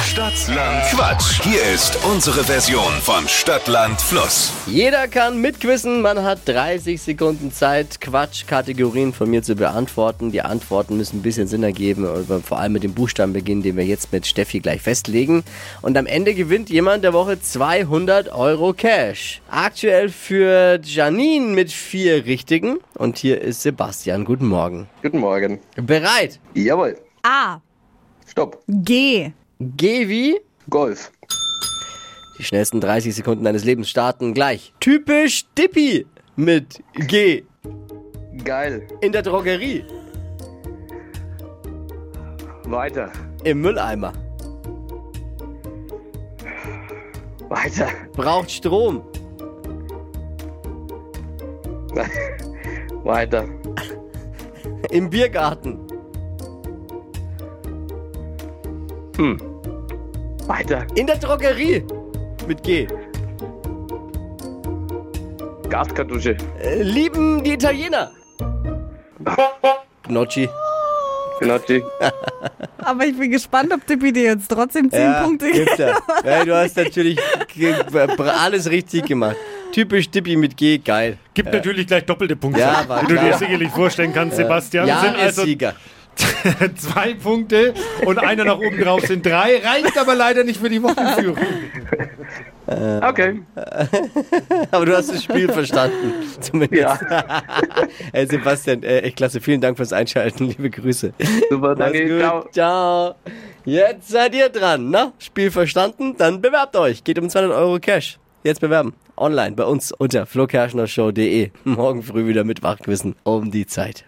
Stadtland Quatsch. Hier ist unsere Version von Stadtland Fluss. Jeder kann mitquissen. Man hat 30 Sekunden Zeit, Quatschkategorien von mir zu beantworten. Die Antworten müssen ein bisschen Sinn ergeben, aber vor allem mit dem Buchstaben beginnen, den wir jetzt mit Steffi gleich festlegen. Und am Ende gewinnt jemand der Woche 200 Euro Cash. Aktuell für Janine mit vier Richtigen. Und hier ist Sebastian. Guten Morgen. Guten Morgen. Bereit? Jawohl. A. Stopp. G. Geh wie? Golf. Die schnellsten 30 Sekunden deines Lebens starten gleich. Typisch Dippi mit G. Geil. In der Drogerie. Weiter. Im Mülleimer. Weiter. Braucht Strom. Weiter. Im Biergarten. Weiter. In der Drogerie. Mit G. Gaskartusche. Äh, lieben die Italiener. Gnocchi. Gnocchi. Aber ich bin gespannt, ob Tippi dir jetzt trotzdem 10 Punkte gibt gibt. er. Ja, du hast natürlich ge- alles richtig gemacht. Typisch Dippi mit G. Geil. Gibt natürlich gleich doppelte Punkte, Äh, Ja, war wie du dir klar. Äh, sicherlich vorstellen kannst, Sebastian. Ja, sind also Sieger. zwei Punkte und einer nach oben drauf sind drei. Reicht aber leider nicht für die Wochenführung. Okay. Aber du hast das Spiel verstanden. Zumindest. Ja. Hey Sebastian, äh, echt klasse. Vielen Dank fürs Einschalten. Liebe Grüße. Super. Danke. Ciao. Ciao. Ciao. Jetzt seid ihr dran. Na, Spiel verstanden? Dann bewerbt euch. Geht um 200 Euro Cash. Jetzt bewerben. Online bei uns unter flokerschnershow.de. Morgen früh wieder mit Wachquissen um die Zeit.